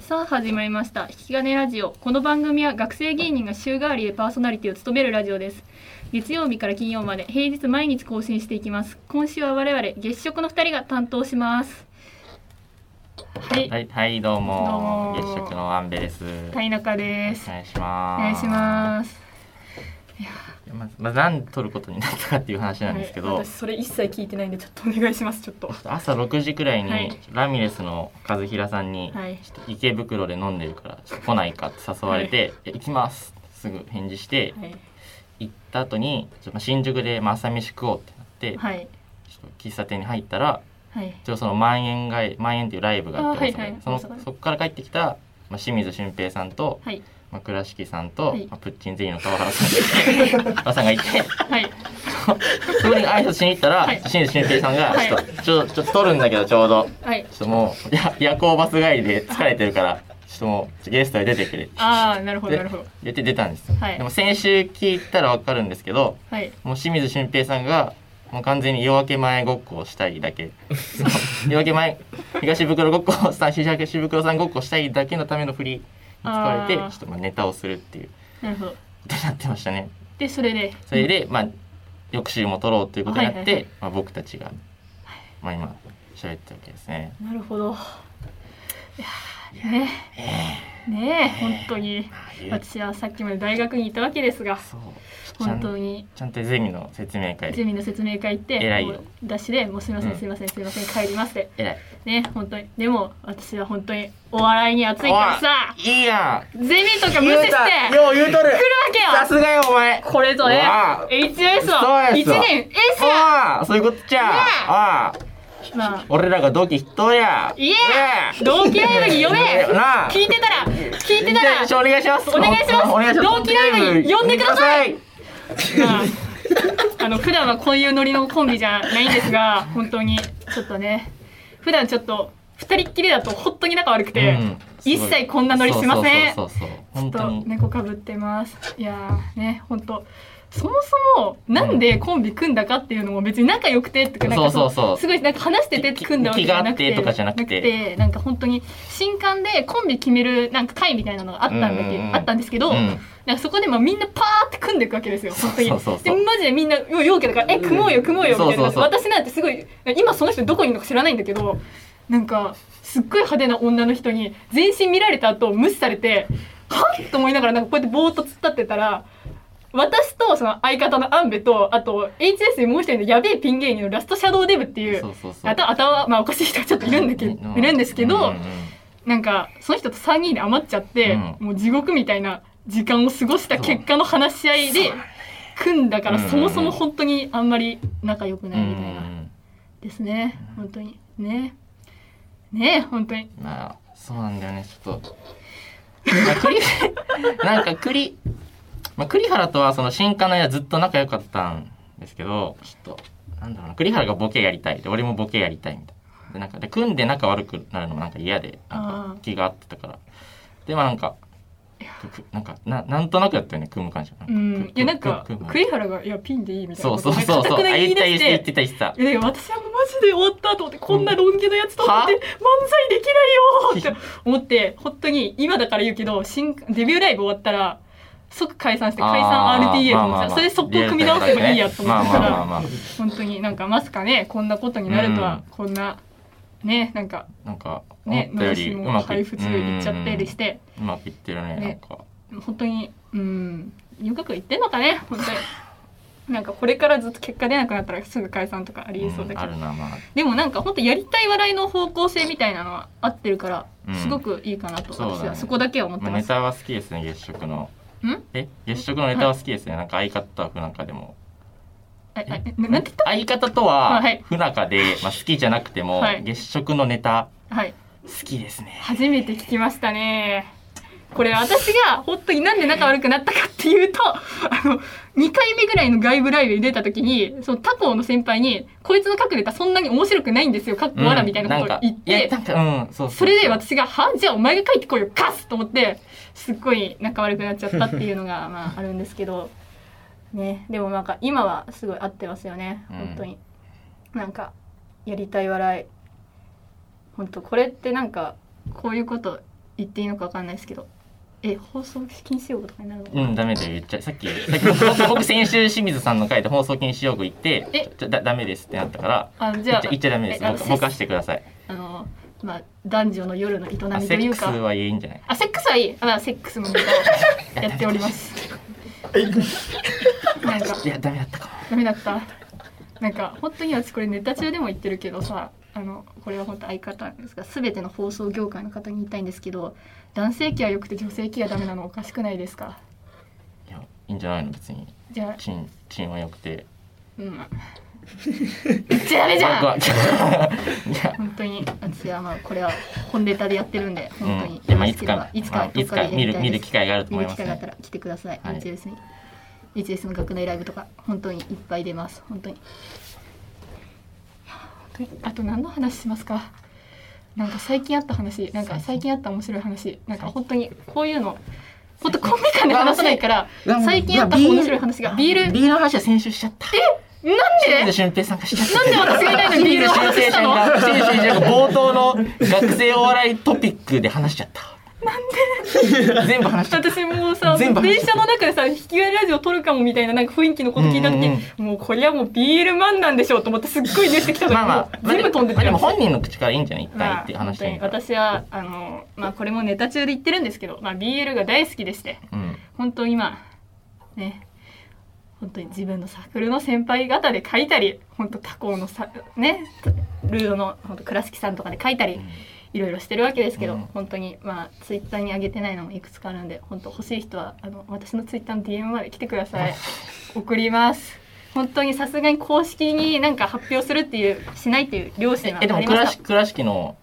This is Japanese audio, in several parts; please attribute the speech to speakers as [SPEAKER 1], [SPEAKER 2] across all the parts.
[SPEAKER 1] さあ始まりました引き金ラジオこの番組は学生芸人が週替わりでパーソナリティを務めるラジオです月曜日から金曜まで平日毎日更新していきます今週は我々月食の2人が担当しますはい、
[SPEAKER 2] はい、はい、どうも。
[SPEAKER 1] どうも
[SPEAKER 2] 月食のアンベです。お
[SPEAKER 1] 谷中です
[SPEAKER 2] 願いします。
[SPEAKER 1] お願いします
[SPEAKER 2] す。まず、まあ、何撮ることになったかっていう話なんですけど。
[SPEAKER 1] はい私それ一切聞いてないんでちょっとお願いしますちょっ と
[SPEAKER 2] 朝6時くらいに、
[SPEAKER 1] はい
[SPEAKER 2] ラミレスの和平さんに、
[SPEAKER 1] はい
[SPEAKER 2] ちょっと池袋で飲んでるからちょっと来ないかって誘われて「いや行きます」すぐ返事して、
[SPEAKER 1] はい
[SPEAKER 2] 行った後にちょっとまあ新宿でまあ朝飯食おうってなって、
[SPEAKER 1] はい
[SPEAKER 2] ちょっと喫茶店に入ったら
[SPEAKER 1] はい
[SPEAKER 2] ちょうどその「万円街万円」っていうライブがあって
[SPEAKER 1] あーはいはい
[SPEAKER 2] その
[SPEAKER 1] 大阪で
[SPEAKER 2] そこから帰ってきた、まあ、清水俊平さんと、
[SPEAKER 1] はい
[SPEAKER 2] まあ、倉敷さんと、
[SPEAKER 1] はい
[SPEAKER 2] まあ、プッチンゼリーの川原さん 川原さんがいて
[SPEAKER 1] はい
[SPEAKER 2] そこに挨拶しに行ったら、
[SPEAKER 1] はい
[SPEAKER 2] 清水俊平さんが
[SPEAKER 1] はい
[SPEAKER 2] ちょっと、ちょっとちょっと撮るんだけどちょうど
[SPEAKER 1] はい
[SPEAKER 2] ちょっともうや夜行バス帰りで疲れてるからちょっともうゲストで出てくれ
[SPEAKER 1] ああなるほど
[SPEAKER 2] で
[SPEAKER 1] なるほど
[SPEAKER 2] 言って出たんですよ、
[SPEAKER 1] はい
[SPEAKER 2] でも先週聞いたら分かるんですけど
[SPEAKER 1] はい
[SPEAKER 2] もう清水俊平さんがもう完全に夜明け前ごっこをしたい だけその夜明け前東袋ごっこさん東袋さんごっこしたいだけのための振りに使われてち
[SPEAKER 1] あ
[SPEAKER 2] ょ
[SPEAKER 1] ー
[SPEAKER 2] っとまあネタをするっていう
[SPEAKER 1] なるほど
[SPEAKER 2] ことになってましたね
[SPEAKER 1] でそれで
[SPEAKER 2] それで、まあ翌週も撮ろうということになって、
[SPEAKER 1] はいはいはい
[SPEAKER 2] まあ、僕たちが、まあ、今喋ってるわけですね
[SPEAKER 1] なるほど。いやーねえ、ねえ、本当に。私はさっきまで大学にいたわけですが、
[SPEAKER 2] そうちゃ
[SPEAKER 1] 本当
[SPEAKER 2] ん
[SPEAKER 1] に。
[SPEAKER 2] ちゃんとゼミの説明会
[SPEAKER 1] ゼミの説明会行って、
[SPEAKER 2] 偉い
[SPEAKER 1] も
[SPEAKER 2] よ
[SPEAKER 1] う出しで、もうすみませ
[SPEAKER 2] うん
[SPEAKER 1] ん、すみません、すみません、帰りますって。
[SPEAKER 2] えらい
[SPEAKER 1] ね、本当に。でも、私は本当にお笑いに熱いからさ、
[SPEAKER 2] おいいいやん
[SPEAKER 1] ゼミとか無視して、来る
[SPEAKER 2] よう言うとる
[SPEAKER 1] わけ
[SPEAKER 2] さす
[SPEAKER 1] よ
[SPEAKER 2] がよお前
[SPEAKER 1] これぞ
[SPEAKER 2] う
[SPEAKER 1] ね
[SPEAKER 2] わ、
[SPEAKER 1] HOS
[SPEAKER 2] そう
[SPEAKER 1] の
[SPEAKER 2] で
[SPEAKER 1] 一
[SPEAKER 2] すわ
[SPEAKER 1] 年 S や
[SPEAKER 2] ああそういうことじゃ
[SPEAKER 1] ね
[SPEAKER 2] ああ
[SPEAKER 1] まあ、
[SPEAKER 2] 俺らが同期筆頭や
[SPEAKER 1] いや同期ライブに呼べ
[SPEAKER 2] ねえなあ
[SPEAKER 1] 聞いてたら、聞いてたら、
[SPEAKER 2] お願いします
[SPEAKER 1] お願いします
[SPEAKER 2] お願いします
[SPEAKER 1] 同期ライブ呼んでくださ
[SPEAKER 2] い
[SPEAKER 1] まあ、あの普段はこういうノリのコンビじゃないんですが本当にちょっとね普段ちょっと二人っきりだと本当に仲悪くて、
[SPEAKER 2] うん
[SPEAKER 1] 一切こんなノリしません
[SPEAKER 2] そうそうそうそう
[SPEAKER 1] ちょ
[SPEAKER 2] 本
[SPEAKER 1] っ
[SPEAKER 2] 当
[SPEAKER 1] と
[SPEAKER 2] に
[SPEAKER 1] 猫かぶってますいやーね本当そもそもなんでコンビ組んだかっていうのも別に仲良くてとかなんか
[SPEAKER 2] そうそうそう
[SPEAKER 1] すごいなんか話してて組んだわけじゃなくて
[SPEAKER 2] 気が合ってとかじゃなくて
[SPEAKER 1] なんか本当に新刊でコンビ決めるなんか会みたいなのがあったんだけど、
[SPEAKER 2] うんうんうん
[SPEAKER 1] あったんですけど、
[SPEAKER 2] うん
[SPEAKER 1] なんかそこでまあみんなパーって組んでいくわけですよ、本当に。
[SPEAKER 2] そうそうそう
[SPEAKER 1] で、マジでみんな、ようようけだから、え、組もうよ、組もうよ、みたいな。
[SPEAKER 2] そうそうそう
[SPEAKER 1] 私なんてすごい、今その人どこにいるのか知らないんだけど、なんか、すっごい派手な女の人に、全身見られた後、無視されて、はっと思いながら、なんかこうやってぼーっと突っ立ってたら、私とその相方のアンベと、あと HS でもう一人のやべえピン芸人のラストシャドウデブっていう、
[SPEAKER 2] そうそうそう
[SPEAKER 1] あと頭、まあおかしい人がちょっといるんだけど、いるんですけど、
[SPEAKER 2] うんうん
[SPEAKER 1] なんかその人と3人で余っちゃって、
[SPEAKER 2] う
[SPEAKER 1] もう地獄みたいな時間を過ごした結果の話し合いで組んだから
[SPEAKER 2] うんうん
[SPEAKER 1] そもそも本当にあんまり仲良く
[SPEAKER 2] う
[SPEAKER 1] なんいみたいなですね本当にねね本当に
[SPEAKER 2] まあそうなんだよねちょっとまあ栗 なんか栗まあ栗原とはその新刊の間ずっと仲良かったんですけどちょっとなんだろうな栗原がボケやりたいで俺もボケやりたいみたいなでなんかで組んで仲悪くなるのもなんか嫌でなん
[SPEAKER 1] あ
[SPEAKER 2] か
[SPEAKER 1] ー
[SPEAKER 2] 気が合ってたからでまあなんかくなんかななんとなくやったよね組む感じは
[SPEAKER 1] うんいやなんか
[SPEAKER 2] 組む
[SPEAKER 1] 栗原が「いやピンでいい」みたいなこ
[SPEAKER 2] そう
[SPEAKER 1] と
[SPEAKER 2] そう
[SPEAKER 1] を
[SPEAKER 2] そう
[SPEAKER 1] ね
[SPEAKER 2] そう
[SPEAKER 1] 固く
[SPEAKER 2] あ
[SPEAKER 1] なに言い
[SPEAKER 2] 言った
[SPEAKER 1] 出し
[SPEAKER 2] 言って言っててた言ってた
[SPEAKER 1] いやだから私はもうマジで終わったと思ってこんなロン毛のやつと思って漫才
[SPEAKER 2] は
[SPEAKER 1] できないよって思って本当に今だから言うけど新デビューライブ終わったら即解散して解
[SPEAKER 2] あ
[SPEAKER 1] 散
[SPEAKER 2] ー
[SPEAKER 1] RTA
[SPEAKER 2] まあ
[SPEAKER 1] と
[SPEAKER 2] ま
[SPEAKER 1] 思って
[SPEAKER 2] あまあ
[SPEAKER 1] それそこ組み直せばいいやと思ってた
[SPEAKER 2] まあまあま
[SPEAKER 1] ら
[SPEAKER 2] あま
[SPEAKER 1] 本当になんかまさかねこんなことになるとはこんなねなんか
[SPEAKER 2] あなんか思
[SPEAKER 1] ね
[SPEAKER 2] ったよ
[SPEAKER 1] の
[SPEAKER 2] り
[SPEAKER 1] し
[SPEAKER 2] う
[SPEAKER 1] も
[SPEAKER 2] まく
[SPEAKER 1] 配布中いっちゃってりし
[SPEAKER 2] う
[SPEAKER 1] て
[SPEAKER 2] んうまくいってるねなん
[SPEAKER 1] ね
[SPEAKER 2] か
[SPEAKER 1] 本当にうん入学言ってんのかね本当に。なんかこれからずっと結果出なくなったらすぐ解散とかありえそうだけ
[SPEAKER 2] ん
[SPEAKER 1] ど、
[SPEAKER 2] あるなまあ
[SPEAKER 1] でもなんか本当やりたい笑いの方向性みたいなのは合ってるから、
[SPEAKER 2] うん
[SPEAKER 1] すごくいいかなと
[SPEAKER 2] そうだね
[SPEAKER 1] 私はそこだけは思って
[SPEAKER 2] まあ
[SPEAKER 1] ま
[SPEAKER 2] ネ
[SPEAKER 1] す。
[SPEAKER 2] タは好きですね月食の
[SPEAKER 1] ん？
[SPEAKER 2] え月食のネタは好きですね、なんか相方不仲でも
[SPEAKER 1] ああななんて言った？
[SPEAKER 2] 相方と
[SPEAKER 1] あ
[SPEAKER 2] は
[SPEAKER 1] はい
[SPEAKER 2] 不仲で、まあ、好きじゃなくても、
[SPEAKER 1] はい
[SPEAKER 2] 月食のネタ
[SPEAKER 1] はい、
[SPEAKER 2] 好きですね
[SPEAKER 1] 初めて聞きましたね。これ私が本当になんで仲悪くなったかっていうと、 あの2回目ぐらいの外部ライブに出た時に、その他校の先輩にこいつの書くネタそんなに面白くないんですよ、かっこわらみたいなことを言って。
[SPEAKER 2] うん、なんかいやなんかうんそうそう
[SPEAKER 1] それで私が「はじゃあお前が帰ってこいよカス!」と思ってすっごい仲悪くなっちゃったっていうの がまああるんですけどねでもなんか今はすごい合ってますよね
[SPEAKER 2] うん
[SPEAKER 1] 本当に、なんかやりたい笑い本当これってなんかこういうこと言っていいのかわかんないですけどえ放送禁止用語とかになるの、
[SPEAKER 2] うん、ダメだよ、言っちゃう。さっき、さっき僕、僕先週清水さんの回で放送禁止用語言って、
[SPEAKER 1] え
[SPEAKER 2] ちょだダメですってなったから、
[SPEAKER 1] あじ
[SPEAKER 2] 言
[SPEAKER 1] ゃ
[SPEAKER 2] っ
[SPEAKER 1] あ
[SPEAKER 2] ちゃ言っちゃダメです。
[SPEAKER 1] えあの
[SPEAKER 2] ぼかぼかしてください。
[SPEAKER 1] あのまあ男女の夜の営みと
[SPEAKER 2] あ、セ
[SPEAKER 1] い
[SPEAKER 2] ッ
[SPEAKER 1] う
[SPEAKER 2] クス
[SPEAKER 1] か
[SPEAKER 2] は言えんじゃない
[SPEAKER 1] あセックスはいいあまあセックスのネタをやっておりますなんか
[SPEAKER 2] いや、ダメだったかも。
[SPEAKER 1] ダメだったなんか本当に私これネタ中でも言ってるけどさあのこれは本当相方なんですが全ての放送業界の方に言いたいんですけど男性器は良くて女性器はダメなのおかしくないですか
[SPEAKER 2] いや、いいんじゃないの別に。
[SPEAKER 1] じゃあ
[SPEAKER 2] チン、チンは良くて。
[SPEAKER 1] うん言っちゃダメじゃん
[SPEAKER 2] 怖い怖いいや、
[SPEAKER 1] 本当に私はまあこれは本ネタでやってるんで
[SPEAKER 2] うん
[SPEAKER 1] 本当に、。
[SPEAKER 2] でもいつか、
[SPEAKER 1] いつ
[SPEAKER 2] まあ
[SPEAKER 1] か
[SPEAKER 2] いつか見る、見る機
[SPEAKER 1] 会
[SPEAKER 2] 会があると
[SPEAKER 1] 見
[SPEAKER 2] 思い
[SPEAKER 1] る
[SPEAKER 2] ま
[SPEAKER 1] 機
[SPEAKER 2] す
[SPEAKER 1] 会があった
[SPEAKER 2] ね。
[SPEAKER 1] ら来てください、
[SPEAKER 2] はい
[SPEAKER 1] HS に HS の学内ライブとか本当にいっぱい出ます本当に本当にあと何の話しますかなんか最近あった話なんか最近あった面白い話なんか本当にこういうのほんとコンビ間で話せないから最近あった面白い話がビール
[SPEAKER 2] ビールの話は先週しちゃった。
[SPEAKER 1] なん
[SPEAKER 2] 清
[SPEAKER 1] で
[SPEAKER 2] 水俊平さんがしちゃった。
[SPEAKER 1] なんで私がいないのにビールの話したの
[SPEAKER 2] が、清水俊平が冒頭の学生お笑いトピックで話しちゃった。なんで全部話しちゃった。
[SPEAKER 1] 私もうさ電
[SPEAKER 2] 全部話しちゃ
[SPEAKER 1] 車の
[SPEAKER 2] った
[SPEAKER 1] 中でさ引き換えラジオ撮るかもみたいななんか雰囲気のこと聞いた時、
[SPEAKER 2] うんうん
[SPEAKER 1] もうこりゃもうビールマンなんでしょうと思ってすっごい出てきた時、
[SPEAKER 2] まあまあ、
[SPEAKER 1] もう全部飛んで
[SPEAKER 2] ま
[SPEAKER 1] て
[SPEAKER 2] あ
[SPEAKER 1] るん
[SPEAKER 2] で
[SPEAKER 1] で
[SPEAKER 2] も
[SPEAKER 1] すよ
[SPEAKER 2] 本人の口からいいんじゃない一
[SPEAKER 1] ま
[SPEAKER 2] 回
[SPEAKER 1] あ
[SPEAKER 2] って
[SPEAKER 1] 本
[SPEAKER 2] 話して
[SPEAKER 1] 当に
[SPEAKER 2] みた。
[SPEAKER 1] 私はあの、まあ、これもネタ中で言ってるんですけど、まあ、BL が大好きでして
[SPEAKER 2] うん。
[SPEAKER 1] 本当今ね本当に自分のサークルの先輩方で書いたり本当他校のさねルードの本当倉敷さんとかで書いたり、いろいろしてるわけですけど、
[SPEAKER 2] うん
[SPEAKER 1] 本当にまあツイッターに上げてないのもいくつかあるんで本当欲しい人はあの私のツイッターの DM まで来てくだ さい送ります本当にさすがに公式になんか発表するっていうしないっていう両親はあ
[SPEAKER 2] え、でも
[SPEAKER 1] りま
[SPEAKER 2] 倉
[SPEAKER 1] し
[SPEAKER 2] 敷、倉敷の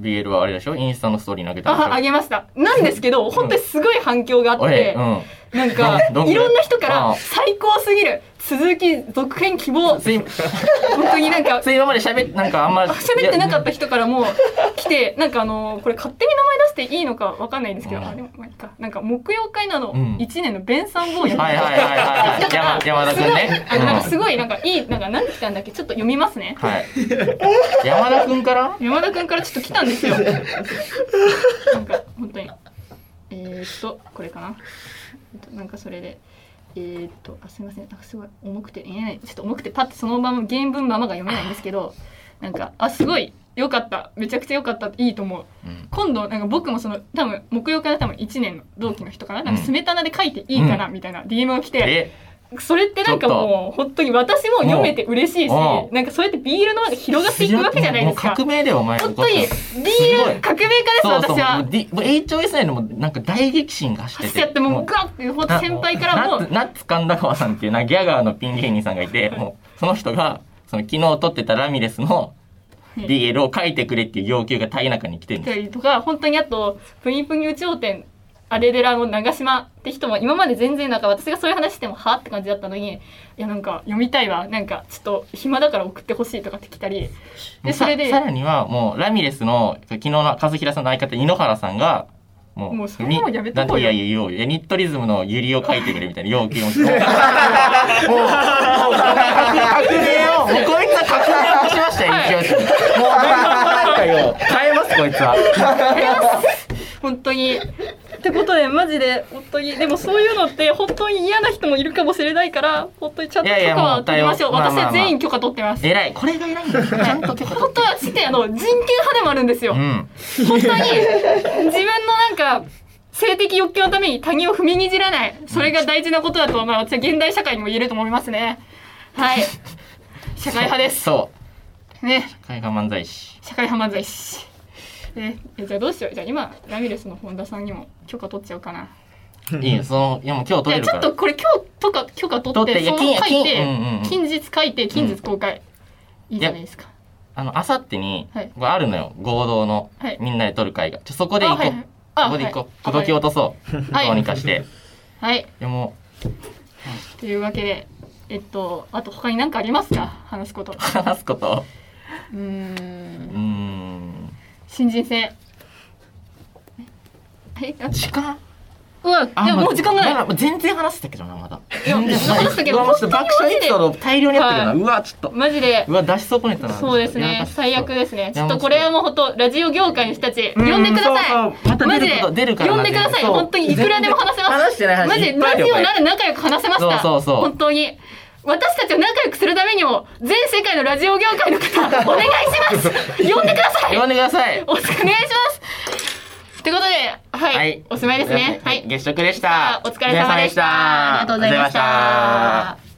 [SPEAKER 2] BL はあれでしょインスタのストーリーに上げ
[SPEAKER 1] た
[SPEAKER 2] た
[SPEAKER 1] ああ
[SPEAKER 2] でしょ
[SPEAKER 1] げましたなんですけど本当にすごい反響があっ
[SPEAKER 2] おい
[SPEAKER 1] て
[SPEAKER 2] う、ん。
[SPEAKER 1] なんか
[SPEAKER 2] どんぐらい
[SPEAKER 1] いろんな人か
[SPEAKER 2] あ
[SPEAKER 1] ら
[SPEAKER 2] あ
[SPEAKER 1] 最高すぎる続き続編希望本
[SPEAKER 2] つい、
[SPEAKER 1] 当になんか
[SPEAKER 2] つい今まで喋って、なんかあんま。
[SPEAKER 1] 喋ってなかった
[SPEAKER 2] 人。
[SPEAKER 1] 人からも来てなんかあのーこれ勝手に名前出していいのかわかんないんですけど、
[SPEAKER 2] うん
[SPEAKER 1] あでもまあいいかなんか木曜会なの
[SPEAKER 2] うん
[SPEAKER 1] 1年のベンさん坊や、
[SPEAKER 2] はいはいはいはいはい。山山田くんね。
[SPEAKER 1] あのなんかす
[SPEAKER 2] うん
[SPEAKER 1] ごいなんかいいなんか何来たんだっけちょっと読みますね
[SPEAKER 2] はい。山田くんから
[SPEAKER 1] 山田くんからちょっと来たんです よなんか本当にえー、っとこれかなえっとなんかそれでえー、っとあすいませんなんかすごい重くて言えないちょっと重くてパッとそのまま原文ままが読めないんですけどなんかあすごいよかっためちゃくちゃよかったいいと思う
[SPEAKER 2] うん
[SPEAKER 1] 今度なんか僕もその多分木曜から多分1年の同期の人からなんかスメタナで書いていいかなみたいな DM が来て、
[SPEAKER 2] え、
[SPEAKER 1] それってなんかもう本当に私も読めて嬉しいし
[SPEAKER 2] もう
[SPEAKER 1] なんかそうやってビールの輪が広がっていくわけじゃないです
[SPEAKER 2] も
[SPEAKER 1] か
[SPEAKER 2] う革命だよお前
[SPEAKER 1] 本当にビール革命家です
[SPEAKER 2] そうそう
[SPEAKER 1] 私
[SPEAKER 2] もう
[SPEAKER 1] は
[SPEAKER 2] D- もう HOS 内でもなんか大激震が走って
[SPEAKER 1] 走ってちゃっても
[SPEAKER 2] も
[SPEAKER 1] う
[SPEAKER 2] う
[SPEAKER 1] ガッてほんと先輩からも
[SPEAKER 2] ナッ
[SPEAKER 1] う
[SPEAKER 2] ツナッツ神田川さんっていうなギャガーのピン芸人さんがいてもうその人がその昨日撮ってたラミレスの
[SPEAKER 1] はい
[SPEAKER 2] DL を書いてくれっていう要求が体中に来てるん
[SPEAKER 1] 来
[SPEAKER 2] で
[SPEAKER 1] た
[SPEAKER 2] す
[SPEAKER 1] りとか本当にあとプニプニ宇頂天アレレラの長島って人も今まで全然なんか私がそういう話してもはって感じだったのにいやなんか読みたいわなんかちょっと暇だから送ってほしいとかって来たりで それで
[SPEAKER 2] ささらにはもうラミレスの昨日の和平さんの相方井ノ原さんがもう
[SPEAKER 1] もうそれはもうやめとこうよ
[SPEAKER 2] になんていやいや言おうよユニットリズムのユリを書いてくれみたいな要求をもうもうもう革命をもうこいつは革命を起こしましたよ、
[SPEAKER 1] はい
[SPEAKER 2] 一応もうなんかよ変えますこいつは
[SPEAKER 1] 本当に。ってことでマジで本当にでもそういうのって本当に嫌な人もいるかもしれないから本当にちゃんと
[SPEAKER 2] いやいや
[SPEAKER 1] 許可
[SPEAKER 2] も
[SPEAKER 1] は
[SPEAKER 2] う対
[SPEAKER 1] 取り
[SPEAKER 2] 応
[SPEAKER 1] ましょう
[SPEAKER 2] まあまあ
[SPEAKER 1] 私
[SPEAKER 2] まあ
[SPEAKER 1] は全員許可取って ます、
[SPEAKER 2] 偉いこれが偉いんだちゃんと許可取
[SPEAKER 1] 本当は してあの人権派でもあるんですよ、
[SPEAKER 2] うん
[SPEAKER 1] 本当に自分のなんか性的欲求のために他人を踏みにじらないそれが大事なことだとまあ私は現代社会にも言えると思いますねはい社会派です
[SPEAKER 2] そう
[SPEAKER 1] ね
[SPEAKER 2] 社会派漫才師
[SPEAKER 1] 社会派漫才師ねえじゃあどうしようじゃあ今ラミレスの本田さんにも許可取っちゃおうかない
[SPEAKER 2] いよそのいやもう今日
[SPEAKER 1] い
[SPEAKER 2] 取
[SPEAKER 1] や
[SPEAKER 2] れる
[SPEAKER 1] ち
[SPEAKER 2] か
[SPEAKER 1] ょっ
[SPEAKER 2] ら
[SPEAKER 1] とこれ今日とか許可取っ
[SPEAKER 2] 取って
[SPEAKER 1] て
[SPEAKER 2] いや
[SPEAKER 1] その書いて
[SPEAKER 2] 金うんうんうん
[SPEAKER 1] 近日書いて近日公開、いいじゃないですか
[SPEAKER 2] あのあさってに
[SPEAKER 1] はい
[SPEAKER 2] これあるのよ合同の
[SPEAKER 1] はい
[SPEAKER 2] みんなで撮る会がちょそこで
[SPEAKER 1] あ
[SPEAKER 2] 行こ
[SPEAKER 1] は
[SPEAKER 2] う
[SPEAKER 1] いはいあ
[SPEAKER 2] ここで行こう
[SPEAKER 1] は
[SPEAKER 2] 届
[SPEAKER 1] い
[SPEAKER 2] き落とそう
[SPEAKER 1] はい
[SPEAKER 2] どうにかして
[SPEAKER 1] はい
[SPEAKER 2] いやも
[SPEAKER 1] というわけでえっとあと他に何かありますか話すこと
[SPEAKER 2] う話すこと
[SPEAKER 1] うー
[SPEAKER 2] うんーん
[SPEAKER 1] 新人戦ええあ
[SPEAKER 2] 時間
[SPEAKER 1] うわいやもう時間がない
[SPEAKER 2] い全然話してたけどなまだ
[SPEAKER 1] いや
[SPEAKER 2] 全然
[SPEAKER 1] 残したけど
[SPEAKER 2] うわもうちょっと
[SPEAKER 1] 本
[SPEAKER 2] 爆
[SPEAKER 1] 当に
[SPEAKER 2] 笑エピソード大量にやってるな、
[SPEAKER 1] は
[SPEAKER 2] うわちょっと
[SPEAKER 1] マジで
[SPEAKER 2] うわ出し損ねたな
[SPEAKER 1] そうです
[SPEAKER 2] いや
[SPEAKER 1] ね
[SPEAKER 2] なんか
[SPEAKER 1] 最悪ですね
[SPEAKER 2] い
[SPEAKER 1] ち
[SPEAKER 2] や
[SPEAKER 1] ょっとこれはもうほんとラジオ業界の人たち
[SPEAKER 2] うん
[SPEAKER 1] 呼んでくださ
[SPEAKER 2] そうそうま
[SPEAKER 1] い
[SPEAKER 2] た
[SPEAKER 1] マ
[SPEAKER 2] 出
[SPEAKER 1] ジ
[SPEAKER 2] る
[SPEAKER 1] で
[SPEAKER 2] こと出るから
[SPEAKER 1] 呼んでください
[SPEAKER 2] そう
[SPEAKER 1] 本当にいくらでも話せます
[SPEAKER 2] 話してない話
[SPEAKER 1] マジで
[SPEAKER 2] いっ
[SPEAKER 1] ラ
[SPEAKER 2] ぱいある
[SPEAKER 1] ジ
[SPEAKER 2] よ
[SPEAKER 1] オなら仲良く話せました
[SPEAKER 2] そうそうそう
[SPEAKER 1] 本当に私たちを仲良くするためにも全世界のラジオ業界の方お願いし ます呼んでください
[SPEAKER 2] 呼んでください
[SPEAKER 1] お願いしますってことではい、おしまいですねはい
[SPEAKER 2] 月食でし
[SPEAKER 1] さ
[SPEAKER 2] た
[SPEAKER 1] あお疲れ様でしたありがとうございました